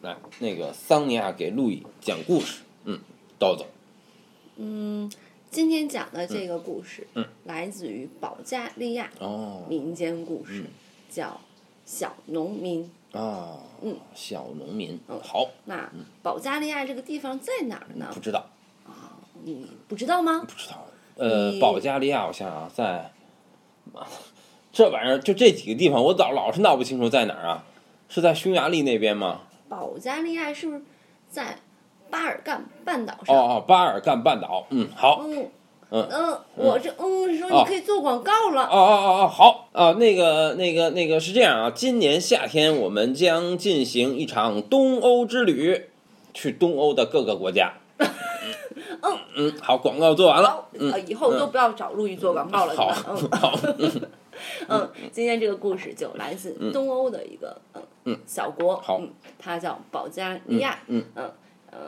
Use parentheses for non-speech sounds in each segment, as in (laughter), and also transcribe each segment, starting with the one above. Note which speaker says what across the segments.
Speaker 1: 来，那个桑尼亚给路易讲故事，嗯，叨叨，
Speaker 2: 嗯，今天讲的这个故事，嗯，来自于保加利亚
Speaker 1: 哦
Speaker 2: 民间故事，叫《小农民》。
Speaker 1: 啊，
Speaker 2: 嗯，哦
Speaker 1: 小农民，好，
Speaker 2: 那保加利亚这个地方在哪儿呢
Speaker 1: 不？知道，
Speaker 2: 你不知道吗？
Speaker 1: 不知道，呃，
Speaker 2: 你
Speaker 1: 保加利亚，我想想啊，在，妈的，这玩意儿就这几个地方，我老老是闹不清楚在哪儿啊，是在匈牙利那边吗？
Speaker 2: 保加利亚是不是在巴尔干半岛
Speaker 1: 哦
Speaker 2: 上？
Speaker 1: 哦，巴尔干半岛，嗯，好，
Speaker 2: 嗯
Speaker 1: 嗯
Speaker 2: 嗯，我这嗯说
Speaker 1: 哦
Speaker 2: 你可以做广告了。
Speaker 1: 哦哦哦哦，好啊，那个那个那个是这样啊，今年夏天我们将进行一场东欧之旅，去东欧的各个国
Speaker 2: (laughs)
Speaker 1: 家。嗯嗯，好，广告做完了嗯
Speaker 2: 好。，呃，以后都不要找路易做广告了，
Speaker 1: 好嗯
Speaker 2: 对吧？
Speaker 1: 好，
Speaker 2: 嗯嗯，今天这个故事就来自东欧的一个嗯小国，
Speaker 1: 好
Speaker 2: 嗯，它叫保加利亚，
Speaker 1: 嗯
Speaker 2: 嗯呃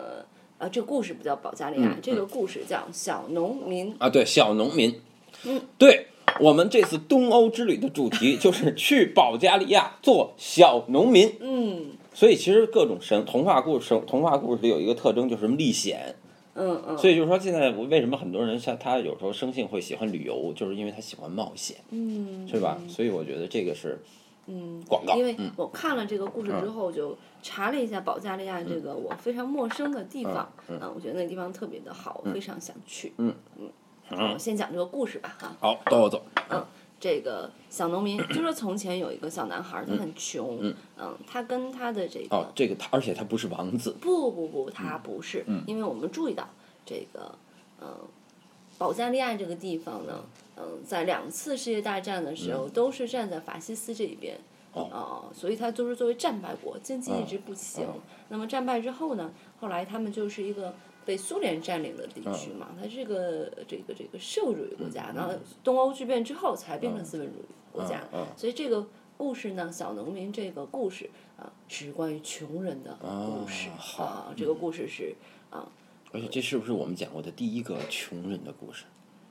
Speaker 2: 呃，这个故事不叫保加利亚，这个故事叫小农民，
Speaker 1: 啊，对，小农民，
Speaker 2: 嗯，
Speaker 1: 对我们这次东欧之旅的主题就是去保加利亚做小农民。
Speaker 2: 嗯
Speaker 1: 所以其实各种神童话故事，童话故事里有一个特征就是什么历险，
Speaker 2: 嗯嗯，
Speaker 1: 所以就是说，现在我为什么很多人像他有时候生性会喜欢旅游，就是因为他喜欢冒险，
Speaker 2: 嗯
Speaker 1: 是吧？所以我觉得这个是
Speaker 2: 嗯，
Speaker 1: 广告
Speaker 2: 因为我看了这个故事之后，就查了一下保加利亚这个我非常陌生的地方，嗯，我觉得那地方特别的好，我非常想去。嗯嗯，我先讲这个故事吧，哈。
Speaker 1: 好，豆豆
Speaker 2: 这个小农民，就说从前有一个小男孩，他很穷，嗯，他跟他的这个、
Speaker 1: 哦，这个他，而且他不是王子，
Speaker 2: 不不不，他
Speaker 1: 嗯
Speaker 2: 不是，因为我们注意到这个，嗯、保加利亚这个地方呢，嗯、在两次世界大战的
Speaker 1: 嗯
Speaker 2: 时候、都是站在法西斯这一边，哦、所以他都是作为战败国，经济一直
Speaker 1: 哦
Speaker 2: 不行。那么战败之后呢，后来他们就是一个。被苏联占领的地
Speaker 1: 哦
Speaker 2: 区嘛，它是个这个这个社会主义国家，然后东欧剧变之后才变成资本主义国家，
Speaker 1: 嗯嗯嗯
Speaker 2: 所以这个故事呢，小农民这个故事啊，是关于穷人的故事
Speaker 1: 啊好
Speaker 2: 啊。这个故事是，
Speaker 1: 而且这是不是我们讲过的第一个穷人的故事？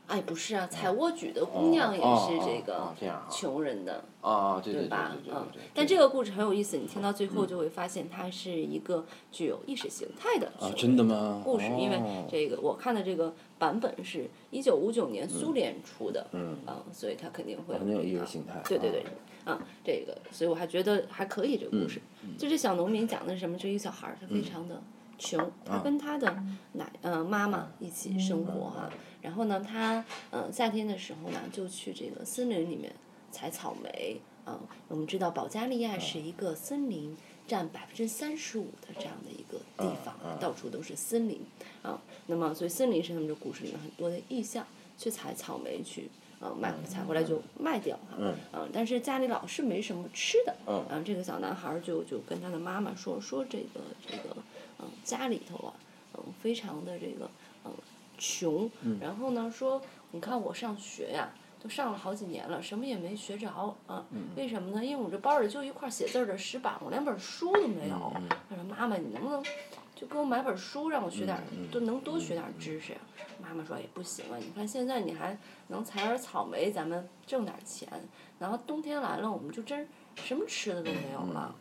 Speaker 2: 哎，不是啊，采莴苣的姑娘也
Speaker 1: 嗯哦
Speaker 2: 是
Speaker 1: 哦
Speaker 2: 这
Speaker 1: 哦
Speaker 2: 个
Speaker 1: 这样啊
Speaker 2: 穷人的，
Speaker 1: 啊，对对嗯
Speaker 2: 对吧？嗯，但
Speaker 1: 但
Speaker 2: 这个故事很有意思，你听到最后就会发现它是一个具有意识形态的
Speaker 1: 啊
Speaker 2: 穷，
Speaker 1: 真的吗？
Speaker 2: 故事，因为嗯
Speaker 1: 哦嗯
Speaker 2: 这个我看的这个版本是一九五九年苏联出的，嗯，啊，所以它肯定会
Speaker 1: 很有意识形态。
Speaker 2: 对对对
Speaker 1: 啊，嗯
Speaker 2: 啊，这个，所以我还觉得还可以这个故事。就这小农民讲的是什么？这一个小孩儿，他非常的穷，他
Speaker 1: 啊
Speaker 2: 跟他的奶呃妈妈
Speaker 1: 嗯
Speaker 2: 一起生活哈、然后呢，他嗯、呃夏天的时候呢，就去这个森林里面采草莓。啊、我们知道保加利亚是一个森林占百分之三十五的这样的一个地方，到处都是森林啊、那么，所以森林是他们这故事里面很多的意象，去采草莓去啊、买采回来就卖掉哈。嗯、但是家里老是没什么吃的。嗯。然后这个小男孩儿就就跟他的妈妈说说这个这个嗯、家里头啊嗯、非常的这个嗯、穷，然后呢说你看我上学呀、都上了好几年了，什么也没学着啊？为什么呢？因为我这包里就一块写字儿的石板，我连本书都没有。我说妈妈，你能不能就给我买本书，让我学点儿，就能多学点儿知识呀？妈妈说也不行啊，你看现在你还能采点儿草莓，咱们挣点儿钱，然后冬天来了，我们就真什么吃的都没有了。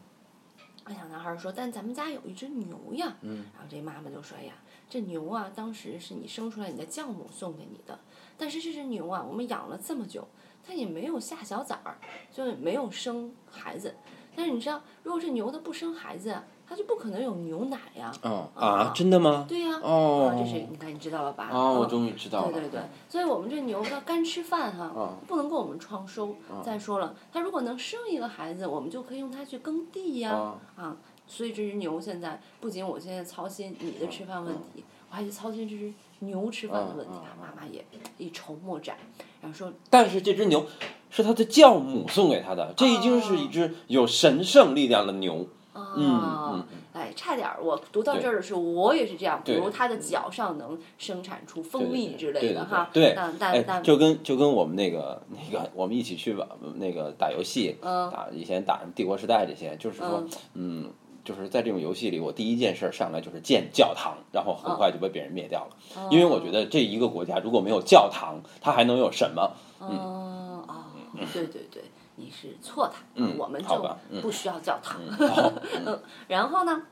Speaker 2: 那小男孩儿说：“但咱们家有一只牛呀。”然后这妈妈就说：“哎呀，这牛啊，当时是你生出来你的教母送给你的，但是这只牛啊，我们养了这么久，它也没有下小崽儿，就也没有生孩子。但是你知道，如果这牛它不生孩子啊，它就不可能有牛奶呀、
Speaker 1: 哦啊，真的吗？
Speaker 2: 对呀、
Speaker 1: 哦
Speaker 2: 啊这是你看你知道了吧？
Speaker 1: 啊，我
Speaker 2: 嗯
Speaker 1: 终于知道了。
Speaker 2: 对对对，所以我们这牛它干吃饭哈、
Speaker 1: 啊
Speaker 2: 不能给我们创收。再说了，它如果能生一个孩子，我们就可以用它去耕地呀、啊。所以这只牛现在不仅我现在操心你的吃饭问
Speaker 1: 啊
Speaker 2: 题，我还得操心这只牛吃饭的问题。
Speaker 1: 嗯嗯嗯
Speaker 2: 妈妈也一筹莫展，然后说
Speaker 1: 但是这只牛是他的教母送给他的，这已经是一
Speaker 2: 哦
Speaker 1: 只有神圣力量的牛。
Speaker 2: 啊、
Speaker 1: 嗯嗯
Speaker 2: 哎，差点儿，我读到这儿的时候，我也是这样。比如它的
Speaker 1: 嗯
Speaker 2: 脚上能生产出蜂蜜之类的哈，
Speaker 1: 对对对
Speaker 2: 但
Speaker 1: 哎
Speaker 2: 但但，
Speaker 1: 就跟就跟我们那个那个，我们一起去玩那个打游戏，
Speaker 2: 嗯
Speaker 1: 打以前打帝国时代这些，就是说
Speaker 2: 嗯，
Speaker 1: 嗯，就是在这种游戏里，我第一件事儿上来就是建教堂，然后很快就被别人灭掉了，
Speaker 2: 哦
Speaker 1: 因为我觉得这一个国家如果没有教堂，它还能有什么？
Speaker 2: 嗯啊，对对对，你是错的，我们
Speaker 1: 好吧
Speaker 2: 嗯 (laughs) 就不需要教堂。
Speaker 1: 好，
Speaker 2: 嗯然后呢，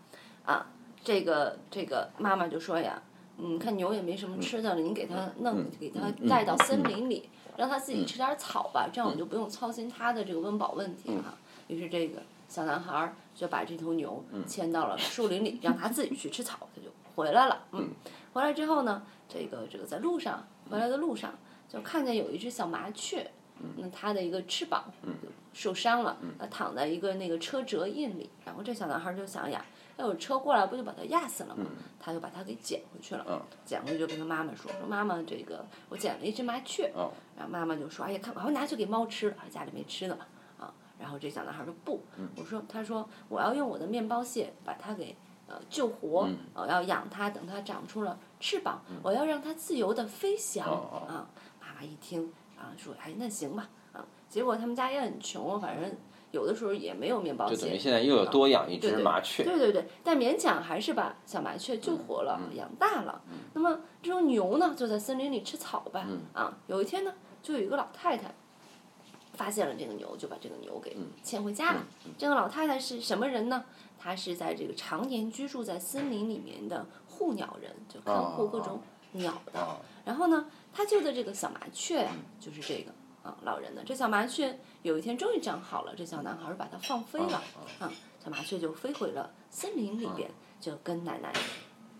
Speaker 2: 啊，这个这个妈妈就说呀，嗯，看牛也没什么吃的了，你给它弄，给它带到森林里，让它自己吃点草吧，这样我们就不用操心它的这个温饱问题了、啊。于是这个小男孩儿就把这头牛牵到了树林 (laughs) 里，让它自己去吃草，它就回来了。嗯，回来之后呢，这个这个在路上，回来的路上就看见有一只小麻雀，那它的一个翅膀
Speaker 1: 嗯
Speaker 2: 受伤了，它躺在一个那个车辙印里。然后这小男孩儿就想呀，要有车过来不就把它压死了吗？
Speaker 1: 嗯
Speaker 2: 他就把它给捡回去了，捡回去就跟他妈妈说，说妈妈这个我捡了一只麻雀，
Speaker 1: 哦
Speaker 2: 然后妈妈就说，哎呀，看，赶快拿去给猫吃了，家里没吃呢嘛，啊，然后这小男孩说不，
Speaker 1: 嗯
Speaker 2: 我说，他说我要用我的面包蟹把它给呃救活，
Speaker 1: 嗯
Speaker 2: 我、要养它，等它长出了翅膀，我要让它自由的飞翔、
Speaker 1: 哦哦
Speaker 2: 啊。妈妈一听啊，说，哎，那行吧，啊，结果他们家也很穷，啊反正有的时候也没有面包
Speaker 1: 就等于
Speaker 2: 蟹。
Speaker 1: 现在又有多养一
Speaker 2: 对
Speaker 1: 只
Speaker 2: 对
Speaker 1: 麻雀，
Speaker 2: 对对对，但勉强还是把小麻雀
Speaker 1: 嗯
Speaker 2: 救活了，养大了。那么这种牛呢，就在森林里吃草吧。
Speaker 1: 嗯
Speaker 2: 啊，有一天呢，就有一个老太太发现了这个牛，就把这个牛给
Speaker 1: 嗯
Speaker 2: 牵回家了。这个老太太是什么人呢？她是在这个常年居住在森林里面的护鸟人，就看护各种鸟的。
Speaker 1: 哦
Speaker 2: 然后呢，他救的这个小麻雀呀、就是这个啊老人的这小麻雀，有一天终于长好了，这小男孩儿把它放飞了
Speaker 1: 哦
Speaker 2: 啊，小麻雀就飞回了森林里边，就跟奶奶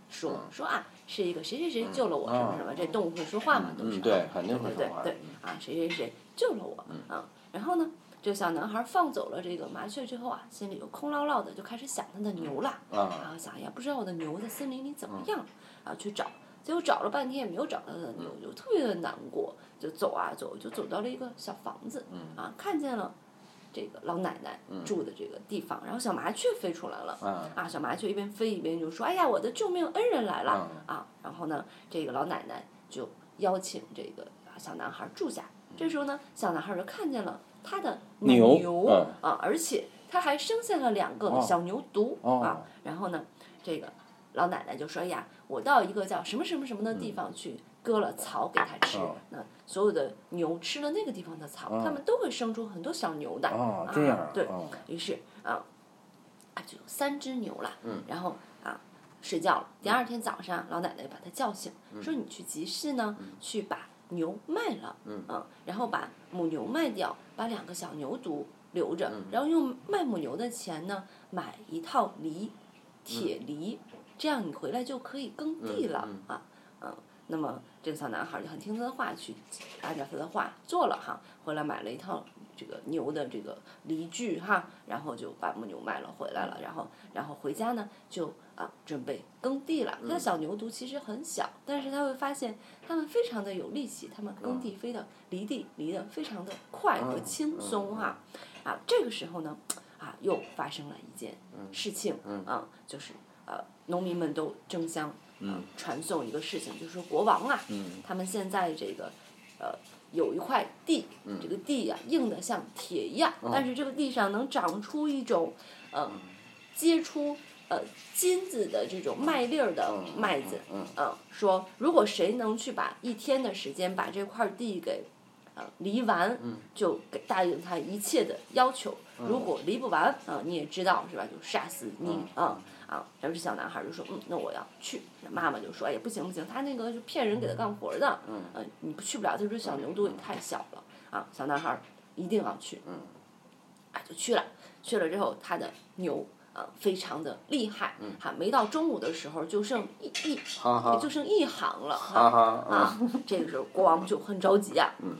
Speaker 2: 说
Speaker 1: 嗯
Speaker 2: 说啊，是一个谁谁谁救了我什么什么，这动物会说话嘛，都是
Speaker 1: 哦嗯，
Speaker 2: 啊
Speaker 1: 对，嗯肯定会
Speaker 2: 对
Speaker 1: 说
Speaker 2: 对
Speaker 1: 话的
Speaker 2: 对，啊，谁谁谁救了我啊，然后呢，这小男孩儿放走了这个麻雀之后啊，心里就空落落的，就开始想他的牛了。然
Speaker 1: 啊，
Speaker 2: 后想也不知道我的牛在森林里怎么样，然后去找，结果找了半天也没有找到他的牛，就特别的难过，就走啊走，就走到了一个小房子，啊，看见了这个老奶奶住的这个地方，然后小麻雀飞出来了，
Speaker 1: 啊
Speaker 2: 啊，小麻雀一边飞一边就说：“哎呀，我的救命恩人来了！”
Speaker 1: 嗯
Speaker 2: 啊，然后呢，这个老奶奶就邀请这个啊小男孩住下。这时候呢，小男孩就看见了他的奶
Speaker 1: 牛
Speaker 2: 牛
Speaker 1: 嗯
Speaker 2: 啊，而且他还生下了两个小牛犊
Speaker 1: 哦
Speaker 2: 啊。然后呢，这个老奶奶就说：“哎呀，我到一个叫什么什么什么的地方去割了草给它
Speaker 1: 嗯
Speaker 2: 吃
Speaker 1: 哦，嗯
Speaker 2: 那所有的牛吃了那个地方的草，它们都会生出很多小牛的。”
Speaker 1: 哦，这样
Speaker 2: 啊
Speaker 1: 啊，
Speaker 2: 对
Speaker 1: 哦
Speaker 2: 于是啊，啊就有三只牛了，然后啊睡觉了。第二天早上，老奶奶把他叫醒，说你去集市呢，去把牛卖了，啊，然后把母牛卖掉，把两个小牛犊留着，然后用卖母牛的钱呢买一套犁，铁犁，这样你回来就可以耕地了啊，嗯。那么这个小男孩就很听他的话，去按照他的话做了哈，回来买了一套这个牛的这个犁具哈，然后就把母牛卖了回来了，然后然后回家呢就啊准备耕地了。它的小牛犊其实很小，但是他会发现它们非常的有力气，它们耕地飞的犁地犁的非常的快和轻松哈。啊，这个时候呢，啊又发生了一件事情，啊就是呃农民们都争相。呃传颂一个事情，就是说国王啊，他们现在这个有一块地，这个地呀、硬的像铁一样，但是这个地上能长出一种，呃，结出呃金子的这种麦粒儿的麦子，嗯、说如果谁能去把一天的时间把这块地给。呃犁完就给答应他一切的要求，如果犁不完啊、你也知道是吧？就杀死你啊、啊！然后这小男孩就说：“嗯，那我要去。”那妈妈就说：“哎呀，不行不行，他那个是骗人给他干活儿的，嗯、你不去不了，他说小牛犊也太小了啊。”小男孩一定要去，嗯，啊就去了，去了之后他的牛啊、非常的厉害，哈、没到中午的时候就剩一一
Speaker 1: 哈哈，
Speaker 2: 就剩一行了，哈、
Speaker 1: 哈哈，嗯
Speaker 2: 啊，这个时候国王就很着急啊，嗯，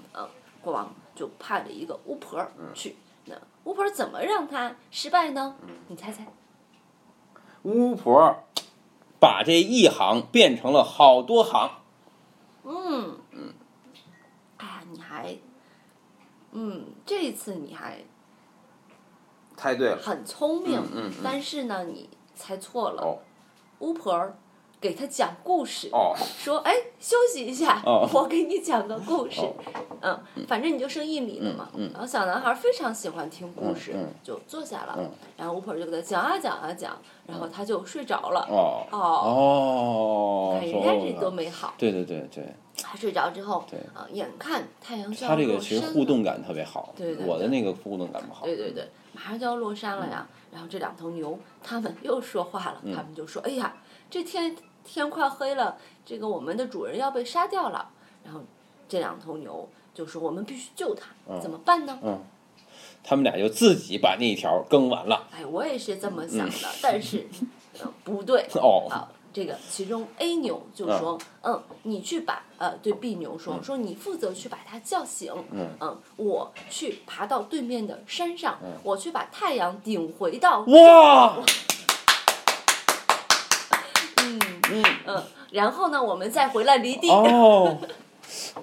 Speaker 2: 国王就派了一个巫婆儿去，那巫婆儿怎么让他失败呢？你猜猜，
Speaker 1: 巫婆把这一行变成了好多行，
Speaker 2: 嗯，嗯，哎呀，你还，嗯，这一次你还
Speaker 1: 猜对了。
Speaker 2: 很聪明，
Speaker 1: 嗯嗯嗯
Speaker 2: 但是呢，你猜错了，
Speaker 1: 哦
Speaker 2: 巫婆儿给他讲故事，
Speaker 1: 哦，
Speaker 2: 说：“哎，休息一下，
Speaker 1: 哦
Speaker 2: (laughs) 我给你讲个故事。
Speaker 1: 哦
Speaker 2: 嗯，反正你就剩一米了嘛。然后小男孩非常喜欢听故事，
Speaker 1: 嗯嗯
Speaker 2: 就坐下了。
Speaker 1: 嗯
Speaker 2: 然后巫婆就给他讲啊讲啊讲，然后他就睡着了。
Speaker 1: 哦
Speaker 2: 哦，
Speaker 1: 哦，
Speaker 2: 看人
Speaker 1: 说
Speaker 2: 家
Speaker 1: 漏
Speaker 2: 这嗯
Speaker 1: 了
Speaker 2: 多美好！
Speaker 1: 对对对对，
Speaker 2: 他睡着之后
Speaker 1: 对，
Speaker 2: 啊，眼看太阳就要
Speaker 1: 他这个
Speaker 2: 落
Speaker 1: 其实
Speaker 2: 山
Speaker 1: 互
Speaker 2: 了，
Speaker 1: 动感特别好，
Speaker 2: 啊对对对
Speaker 1: 我的那个互动感不好。
Speaker 2: 对对对，马上就要落山了呀。然后这两头牛他们又说话了，他们就说：“哎呀，这天天快黑了，这个我们的主人要被杀掉了。”然后这两头牛就说：“我们必须救他，怎么办呢？”
Speaker 1: 他们俩就自己把那一条更完了。
Speaker 2: 哎，我也是这么想的，但 (laughs) 是、呃不对。
Speaker 1: 哦，
Speaker 2: 啊，这个其中 A 牛就说，嗯，你去把呃对 B 牛说，说你负责去把它叫醒，嗯，我去爬到对面的山上，我去把太阳顶回到，
Speaker 1: 哇，
Speaker 2: 嗯嗯然后呢，我们再回来离地。
Speaker 1: 哦，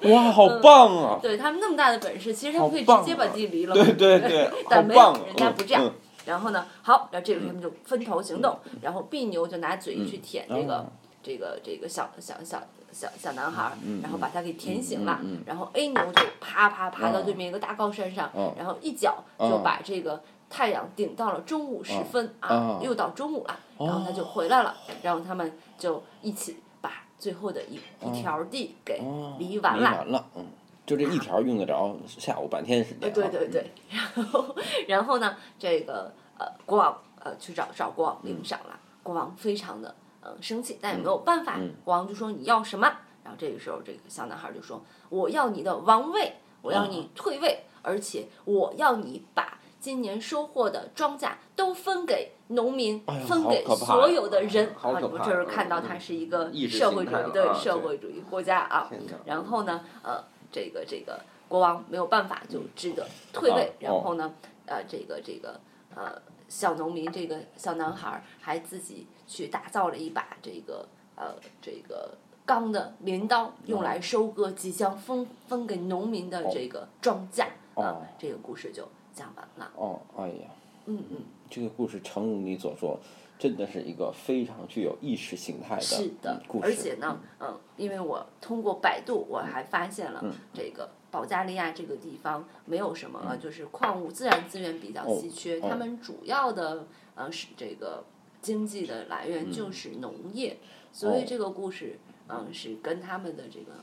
Speaker 1: 哇，好棒啊！
Speaker 2: (laughs) 对他们那么大的本事，其实他们可以
Speaker 1: 好棒
Speaker 2: 直
Speaker 1: 啊
Speaker 2: 接把地离了嘛，
Speaker 1: 对对对，好
Speaker 2: 嗯但没有
Speaker 1: 棒啊！
Speaker 2: 人家不这样
Speaker 1: 嗯
Speaker 2: 然后呢，好，然后这个时候他们就分头行动，然后 B 牛就拿嘴去舔这个、
Speaker 1: 哦
Speaker 2: 这个这个小小小小小男孩儿，
Speaker 1: 嗯
Speaker 2: 然后把他给舔醒了，然后 A 牛就啪啪爬到对面一个大高山上，
Speaker 1: 哦
Speaker 2: 然后一脚就把这个。太阳顶到了中午时分、
Speaker 1: 哦
Speaker 2: 啊，又到中午了，然后他就回来了，然后他们就一起把最后的一、一条地给
Speaker 1: 哦
Speaker 2: 犁完
Speaker 1: 离
Speaker 2: 了。
Speaker 1: 完了，嗯，就这一条用得着下午半天时间啊。
Speaker 2: 呃对对对，然后然后呢，这个呃国王呃去找找国王领赏了，国王非常的呃生气，但也没有办法，国王就说你要什么？然后这个时候这个小男孩就说我要你的王位，我要你退位，而且我要你把。今年收获的庄稼都分给农民，
Speaker 1: 哎呀
Speaker 2: 分
Speaker 1: 好
Speaker 2: 给
Speaker 1: 可怕
Speaker 2: 所
Speaker 1: 呀
Speaker 2: 有的人。
Speaker 1: 好
Speaker 2: 啊
Speaker 1: 可
Speaker 2: 你们
Speaker 1: 怕
Speaker 2: 这是
Speaker 1: 呀
Speaker 2: 看到
Speaker 1: 嗯
Speaker 2: 它是一个
Speaker 1: 意识
Speaker 2: 社
Speaker 1: 形
Speaker 2: 会主
Speaker 1: 态
Speaker 2: 义
Speaker 1: 了
Speaker 2: 的
Speaker 1: 啊
Speaker 2: 社
Speaker 1: 对
Speaker 2: 会主义国家啊。
Speaker 1: 天哪
Speaker 2: 然后呢，呃，这个这个国王没有办法，就只得退位。
Speaker 1: 啊
Speaker 2: 然后呢，呃，这个这个呃小农民这个小男孩儿还自己去打造了一把这个呃这个钢的镰
Speaker 1: 嗯
Speaker 2: 刀，用来收割即将分分给农民的这个庄稼。
Speaker 1: 哦
Speaker 2: 啊，这个故事就讲完了。
Speaker 1: 哦，哎呀，
Speaker 2: 嗯嗯，
Speaker 1: 这个故事诚如你所说，真的是一个非常具有意识形态的
Speaker 2: 是
Speaker 1: 嗯故事。
Speaker 2: 而且呢，嗯，因为我通过百度，我还发现
Speaker 1: 嗯
Speaker 2: 了这个保加利亚这个地方没有什么，呃就是矿物自然资源比较稀缺，
Speaker 1: 嗯哦
Speaker 2: 他们主要的呃是这个经济的来源就是
Speaker 1: 嗯
Speaker 2: 农业，
Speaker 1: 哦
Speaker 2: 所以这个故事嗯是跟他们的这个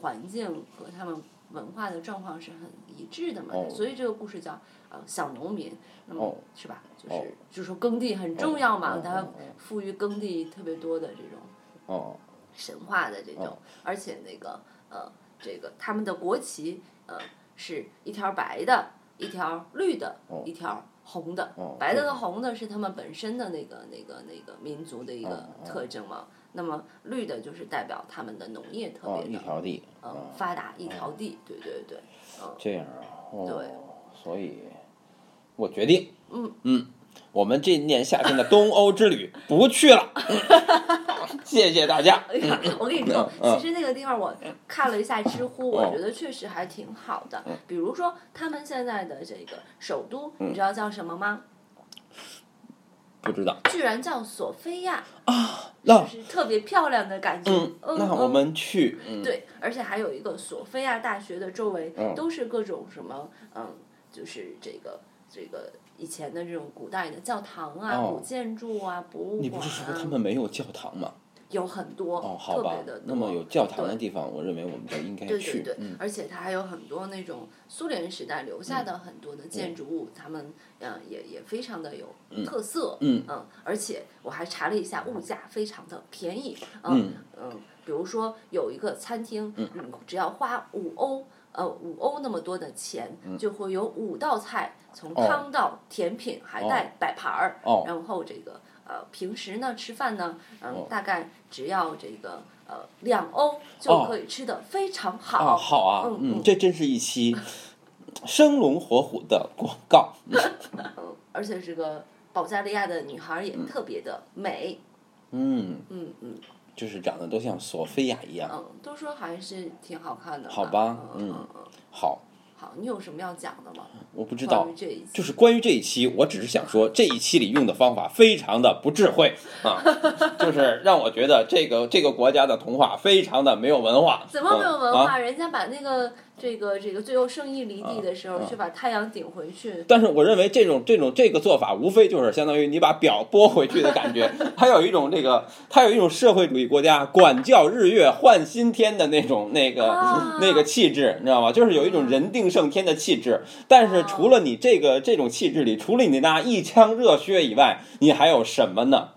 Speaker 2: 环境和他们。文化的状况是很一致的嘛，
Speaker 1: 哦
Speaker 2: 所以这个故事叫呃小农民，那么、
Speaker 1: 哦
Speaker 2: 是吧？就是、
Speaker 1: 哦
Speaker 2: 就是说耕地很重要嘛，
Speaker 1: 哦哦
Speaker 2: 它
Speaker 1: 哦
Speaker 2: 赋予耕地特别多的这种
Speaker 1: 哦，
Speaker 2: 神话的这种，而且那个呃，这个他们的国旗呃是一条白的，一条绿的，一条红的，
Speaker 1: 哦
Speaker 2: 白的
Speaker 1: 这
Speaker 2: 和红的是他们本身的那个那个那个民族的一个
Speaker 1: 哦
Speaker 2: 特征嘛。那么绿的就是代表他们的农业特
Speaker 1: 哦，
Speaker 2: 别
Speaker 1: 一
Speaker 2: 的、
Speaker 1: 条地，
Speaker 2: 嗯
Speaker 1: 嗯，
Speaker 2: 发达，一条地，对对对， (laughs)
Speaker 1: 这样啊，哦、
Speaker 2: 对，
Speaker 1: 所以，我决定，
Speaker 2: 嗯
Speaker 1: 我们这年夏天的东欧之
Speaker 2: (laughs)
Speaker 1: 旅不去了，嗯谢谢大家。
Speaker 2: 哎呀，我跟你说，
Speaker 1: 嗯哦
Speaker 2: 其实那个地方我看了一下知乎，我觉得确实还挺好的。
Speaker 1: 嗯
Speaker 2: 比如说他们现在的这个首都，你
Speaker 1: 嗯
Speaker 2: 知道叫什么吗？
Speaker 1: 不知道，
Speaker 2: 居然叫索菲亚，
Speaker 1: 啊那
Speaker 2: 就是特别漂亮的感觉。
Speaker 1: 嗯，那我们去，嗯，
Speaker 2: 对，而且还有一个索菲亚大学的周围
Speaker 1: 嗯
Speaker 2: 都是各种什么，嗯，就是这个这个以前的这种古代的教堂啊、
Speaker 1: 哦
Speaker 2: 古建筑啊、博物
Speaker 1: 你
Speaker 2: 馆
Speaker 1: 不是说
Speaker 2: 啊
Speaker 1: 他，们没有教堂吗？
Speaker 2: 有很多，
Speaker 1: 哦，好吧
Speaker 2: 特别的，
Speaker 1: 那么有教堂的
Speaker 2: 对
Speaker 1: 地方，我认为我们就应该
Speaker 2: 对
Speaker 1: 去嗯
Speaker 2: 对。对，而且它还有很多那种苏联时代留下
Speaker 1: 嗯
Speaker 2: 的很多的建筑物，他们呃也也非常的有特色，
Speaker 1: 嗯
Speaker 2: 而且我还查了一下，物价非常的便宜，嗯嗯比如说有一个餐厅，嗯，只要花五欧。呃，五欧那么多的钱，
Speaker 1: 嗯
Speaker 2: 就会有五道菜，从汤到甜品，还带摆盘儿。
Speaker 1: 哦
Speaker 2: 然后这个呃，平时呢吃饭呢，嗯、大概只要这个呃两欧就
Speaker 1: 哦哦
Speaker 2: 可以吃的非常
Speaker 1: 啊，
Speaker 2: 好。
Speaker 1: 好啊，
Speaker 2: 嗯
Speaker 1: 嗯，这真是一期生龙活虎的广告。
Speaker 2: 嗯，而且这个保加利亚的女孩也特别的美，
Speaker 1: 嗯，
Speaker 2: 嗯嗯
Speaker 1: 就是长得都像索菲亚一样。
Speaker 2: 嗯，都说还是挺好看的嘛。
Speaker 1: 好吧
Speaker 2: 嗯
Speaker 1: 嗯
Speaker 2: 嗯，
Speaker 1: 好，
Speaker 2: 好，你有什么要讲的吗？
Speaker 1: 我不知道
Speaker 2: 关于，这一期，
Speaker 1: 就是关于这一期，我只是想说这一期里用的方法非常的不智
Speaker 2: (laughs)
Speaker 1: 慧啊，就是让我觉得这个这个国家的童话非常的没有文化。
Speaker 2: 怎么没有文
Speaker 1: 嗯
Speaker 2: 化？
Speaker 1: 啊
Speaker 2: 人家把那个这个这个最后圣意离地的时候，
Speaker 1: 啊
Speaker 2: 去把太阳顶回去。
Speaker 1: 但是我认为这种这种这个做法，无非就是相当于你把表拨回去的感
Speaker 2: (laughs)
Speaker 1: 觉，它有一种这个，它有一种社会主义国家管教日月换新天的那种那个、
Speaker 2: 啊
Speaker 1: 那个气质，你知道吗？就是有一种人定胜天的气质。但是除了你这个这种气质里，除了你那一腔热血以外，你还有什么呢？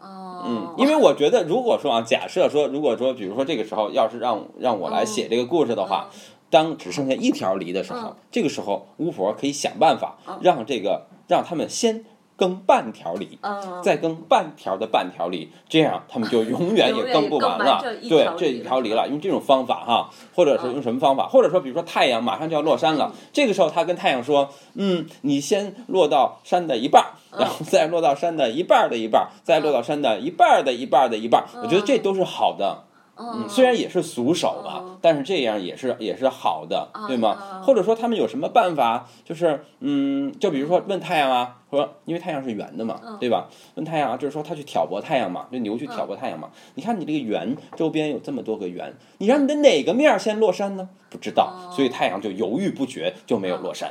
Speaker 2: 哦，
Speaker 1: 嗯，因为我觉得，如果说啊，假设说，如果说，比如说这个时候，要是让让我
Speaker 2: 哦
Speaker 1: 来写这个故事的话，当只剩下一条梨的时候，
Speaker 2: 嗯
Speaker 1: 这个时候巫婆可以想办法让这个让他们先耕半条梨，
Speaker 2: 嗯，
Speaker 1: 再耕半条的半条梨，这样他们就永 (laughs) 远
Speaker 2: 永远
Speaker 1: 也耕不完了。
Speaker 2: 也耕不
Speaker 1: 对
Speaker 2: 完，
Speaker 1: 这
Speaker 2: 这
Speaker 1: 一
Speaker 2: 一
Speaker 1: 条
Speaker 2: 条
Speaker 1: 梨
Speaker 2: 梨
Speaker 1: 了，用这种方法哈，或者是用什么方法，或者说比如说太阳马上就要落山了，这个时候他跟太阳说，嗯，你先落到山的一半儿。然后再落到山的一半儿的一半儿，再落到山的一半儿的一半儿的一半儿，我觉得这都是好的。
Speaker 2: 嗯，
Speaker 1: 虽然也是俗手吧，
Speaker 2: 嗯
Speaker 1: 但是这样也是也是好的，对吗？
Speaker 2: 嗯嗯
Speaker 1: 或者说他们有什么办法？就是嗯，就比如说问太阳啊，说因为太阳是圆的嘛，
Speaker 2: 嗯
Speaker 1: 对吧？问太阳啊，就是说他去挑拨太阳嘛，就牛去挑拨太阳嘛。你看你这个圆周边有这么多个圆，你让你的哪个面儿先落山呢？不知道，
Speaker 2: 哦
Speaker 1: 所以太阳就犹豫不决，就没有落山。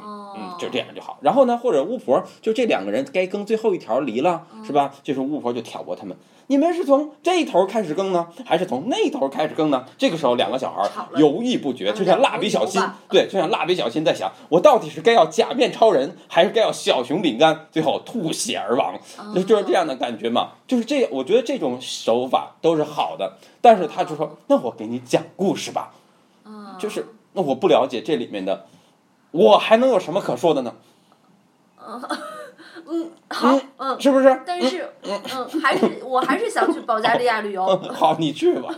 Speaker 2: 哦，
Speaker 1: 嗯，就这样就好。然后呢，或者巫婆就这两个人该耕最后一条梨了，
Speaker 2: 嗯
Speaker 1: 是吧？这时候巫婆就挑拨他们，你们是从这头开始耕呢，还是从那头开始耕呢？这个时候两个小孩
Speaker 2: 吵了
Speaker 1: 犹豫不决，
Speaker 2: 嗯
Speaker 1: 就像蜡笔小新
Speaker 2: 两头牛吧，
Speaker 1: 对，就像蜡笔小新在想，我到底是该要假面超人，还是该要小熊饼干？最后吐血而亡，
Speaker 2: 嗯
Speaker 1: 就就是这样的感觉嘛。就是这，我觉得这种手法都是好的，但是他就说，那我给你讲故事吧，
Speaker 2: 嗯，
Speaker 1: 就是那我不了解这里面的，我还能有什么可说的呢？
Speaker 2: (laughs) 嗯，好，嗯，
Speaker 1: 是不是？
Speaker 2: 但是嗯，还是我还是想去保加利亚旅游。
Speaker 1: (laughs) 好，你去吧。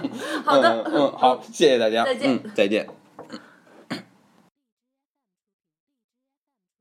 Speaker 2: (laughs) 好的，
Speaker 1: 嗯嗯，好，谢谢大家，
Speaker 2: 再见
Speaker 1: 嗯，再见。